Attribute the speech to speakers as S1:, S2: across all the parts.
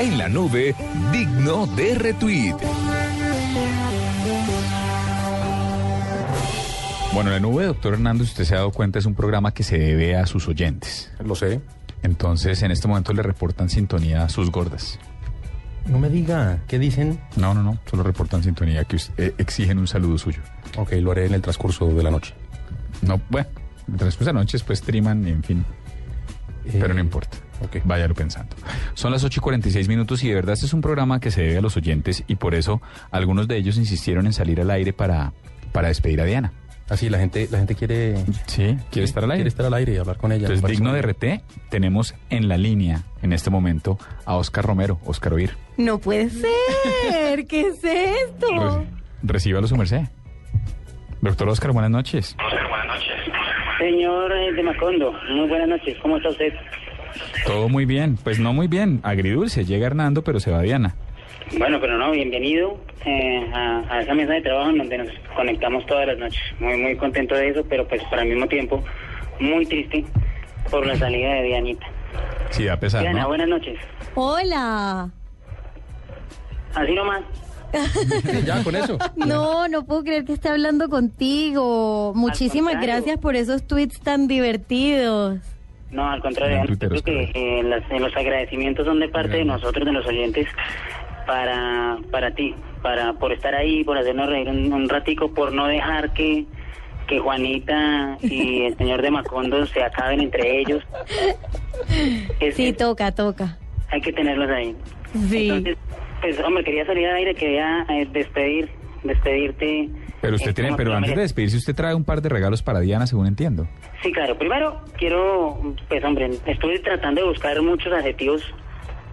S1: En la nube, digno de retweet.
S2: Bueno, la nube, doctor Hernández, usted se ha dado cuenta, es un programa que se debe a sus oyentes.
S3: Lo sé.
S2: Entonces, en este momento le reportan sintonía a sus gordas.
S3: No me diga, ¿qué dicen?
S2: No, no, no, solo reportan sintonía que us- eh, exigen un saludo suyo.
S3: Ok, lo haré en el transcurso de la noche.
S2: No, bueno, mientras de noche después triman, en fin,
S3: Eh,
S2: pero no importa.
S3: ok.
S2: Váyalo pensando. Son las 8 y 46 minutos y de verdad este es un programa que se debe a los oyentes y por eso algunos de ellos insistieron en salir al aire para, para despedir a Diana.
S3: Así, la gente, la gente quiere...
S2: Sí, ¿quiere estar al aire?
S3: Quiere estar al aire y hablar con ella.
S2: Entonces,
S3: Me parece
S2: digno de
S3: muy bien.
S2: RT, tenemos en la línea en este momento a Oscar Romero. Oscar Ovir.
S4: No puede ser. ¿Qué es esto?
S2: Recíbalo su merced. Doctor Oscar, buenas noches.
S5: Señor eh, de Macondo, muy buenas noches. ¿Cómo está usted?
S2: Todo muy bien. Pues no muy bien. Agridulce. Llega Hernando, pero se va Diana.
S5: Bueno, pero no, bienvenido eh, a, a esa mesa de trabajo en donde nos conectamos todas las noches. Muy, muy contento de eso, pero pues para el mismo tiempo muy triste por la salida de Dianita.
S2: Sí, da pesar,
S5: Diana,
S2: ¿no?
S5: buenas noches.
S4: Hola.
S5: Así nomás.
S3: Ya, con eso.
S4: No, no puedo creer que esté hablando contigo. Muchísimas
S5: contrario.
S4: gracias por esos tweets tan divertidos.
S5: No, al contrario,
S2: En
S5: yo
S2: Twitter,
S5: creo que
S2: Oscar.
S5: eh, las- eh, los agradecimientos son de parte de nosotros, de los oyentes, para, para ti, para por estar ahí, por hacernos reír un, un ratico, por no dejar que, que Juanita y el señor de Macondo se acaben entre ellos. Es-
S4: Sí,
S5: es-
S4: toca, toca.
S5: hay que tenerlos ahí.
S4: Sí.
S5: Entonces, pues, hombre, quería salir al aire, quería eh, despedir, despedirte.
S2: Pero usted
S5: eh,
S2: tiene,
S5: como
S2: pero
S5: te lo
S2: antes de
S5: mereces.
S2: despedirse, usted trae un par de regalos para Diana, según entiendo.
S5: Sí, claro. Primero, quiero, pues hombre, estuve tratando de buscar muchos adjetivos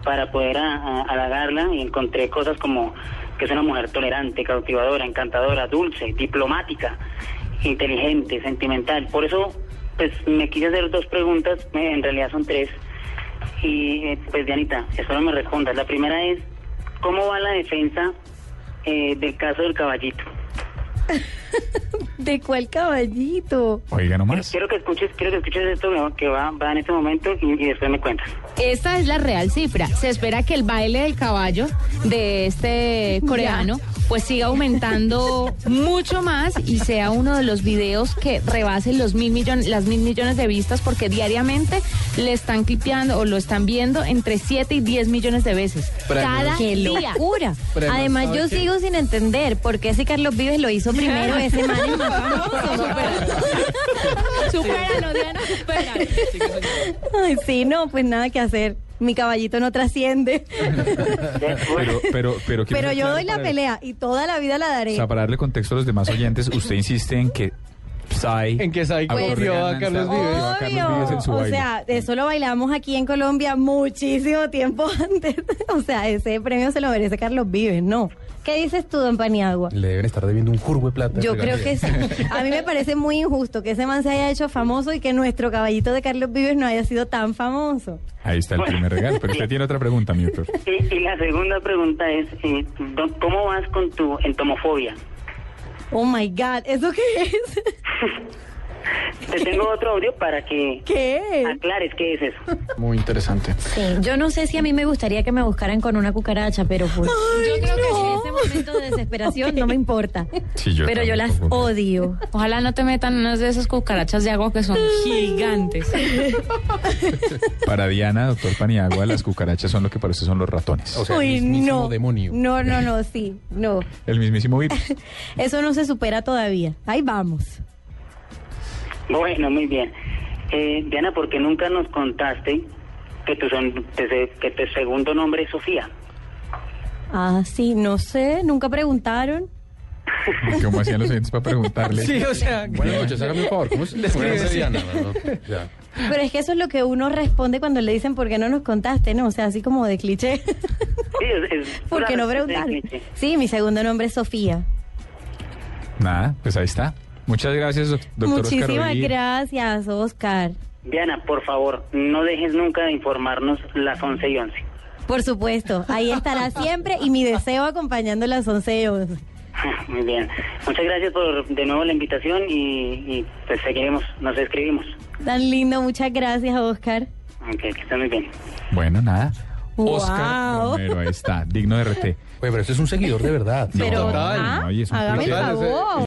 S5: para poder a- a- halagarla y encontré cosas como que es una mujer tolerante, cautivadora, encantadora, dulce, diplomática, inteligente, sentimental. Por eso, pues me quise hacer dos preguntas, eh, en realidad son tres. Y eh, pues Dianita, espero me respondas. La primera es, ¿cómo va la defensa eh, del caso del caballito?
S4: ¿De cuál caballito?
S2: Oiga nomás.
S5: Quiero que escuches, quiero que escuches esto que va- que va, va en este momento y- y después me cuentas.
S6: Esta es la real cifra. Se espera que el baile del caballo de este coreano pues siga aumentando mucho más y sea uno de los videos que rebasen los mil millones, las mil millones de vistas porque diariamente le están clipeando o lo están viendo entre 7 y 10 millones de veces.
S4: Cada
S6: Qué
S4: día.
S6: locura.
S3: Pero además,
S4: Además, yo
S3: ¿sabe qué?
S4: sigo sin entender por qué si Carlos Vives lo hizo primero, ese man es más famoso.
S6: Supéralo, Diana, supéralo.
S4: Ay, sí, no, pues nada que hacer. Mi caballito no trasciende.
S2: Pero, pero, pero, quiero
S4: Pero
S2: ser
S4: yo
S2: claro
S4: doy la
S2: para-
S4: pelea y toda la vida la
S2: O
S4: daré.
S2: sea, para darle contexto a los demás oyentes, usted insiste en que Psy.
S3: En que Psy
S2: Pues,
S3: copió a Carlos
S2: Psy copió
S3: Vives.
S2: a Carlos Vives en su
S4: o
S2: baile.
S4: sea, eso lo bailamos aquí en Colombia muchísimo tiempo antes. O sea, ese premio se lo merece Carlos Vives, ¿no? ¿Qué dices tú, Don Paniagua?
S3: Le deben estar debiendo un curvo de plata.
S4: Yo creo que sí. A mí me parece muy injusto que ese man se haya hecho famoso y que nuestro caballito de Carlos Vives no haya sido tan famoso.
S2: Ahí está el primer regalo. Pero usted tiene otra pregunta, mi doctor.
S5: Y, y la segunda pregunta es, eh, do- ¿cómo vas con tu entomofobia?
S4: Oh my God, ¿eso qué es?
S5: Te tengo otro audio para que
S4: ¿Qué es?
S5: aclares qué es eso.
S3: Muy interesante.
S7: Yo no sé si a mí me gustaría que me buscaran con una cucaracha, pero pues yo creo que en ese momento de desesperación no me importa.
S2: Sí, yo
S7: pero yo las
S2: tampoco.
S7: odio.
S6: Ojalá no te metan unas de esas cucarachas de agua que son gigantes.
S2: Para Diana, doctor Paniagua, las cucarachas son lo que para usted son los ratones.
S3: O sea, el
S4: Uy,
S3: mismísimo
S4: no.
S3: demonio.
S4: No, no, no, sí, no.
S2: El mismísimo virus.
S4: Eso no se supera todavía. Ahí vamos.
S5: Bueno, muy bien. Eh, Diana, ¿por qué nunca nos contaste que tu, son- que se- que tu segundo nombre es Sofía?
S4: Ah, sí, no sé, nunca preguntaron.
S2: Como hacían los oyentes para preguntarle.
S3: Sí, o sea... Buenas noches, hágame un favor. ¿Cómo se le Diana? ¿no? Ya.
S4: Pero es que eso es lo que uno responde cuando le dicen, ¿por qué no nos contaste? No, o sea, así como de cliché.
S5: Sí, es, es
S4: ¿Por qué
S5: pura
S4: no
S5: respuesta de
S4: preguntar?
S5: cliché.
S4: Sí, mi segundo nombre es Sofía.
S2: Nada, pues ahí está. Muchas gracias, doc- doctor Oscar
S4: Muchísimas
S2: Orbí.
S4: gracias, Oscar.
S5: Diana, por favor, no dejes nunca de informarnos las 11 y 11.
S4: Por supuesto, ahí estará siempre y mi deseo acompañando las 11 y 11.
S5: Muy bien. Muchas gracias por de nuevo la invitación y, y, pues seguiremos, nos escribimos.
S4: Tan lindo, muchas gracias, Oscar.
S5: Ok, que estén muy bien.
S2: Bueno, nada.
S4: Wow.
S2: Oscar Romero, ahí está, digno de RT.
S3: Oye, pero este es un seguidor de verdad.
S4: Pero,
S2: total,
S4: ah,
S2: no, y es un
S4: hágame el
S2: placer.
S4: favor.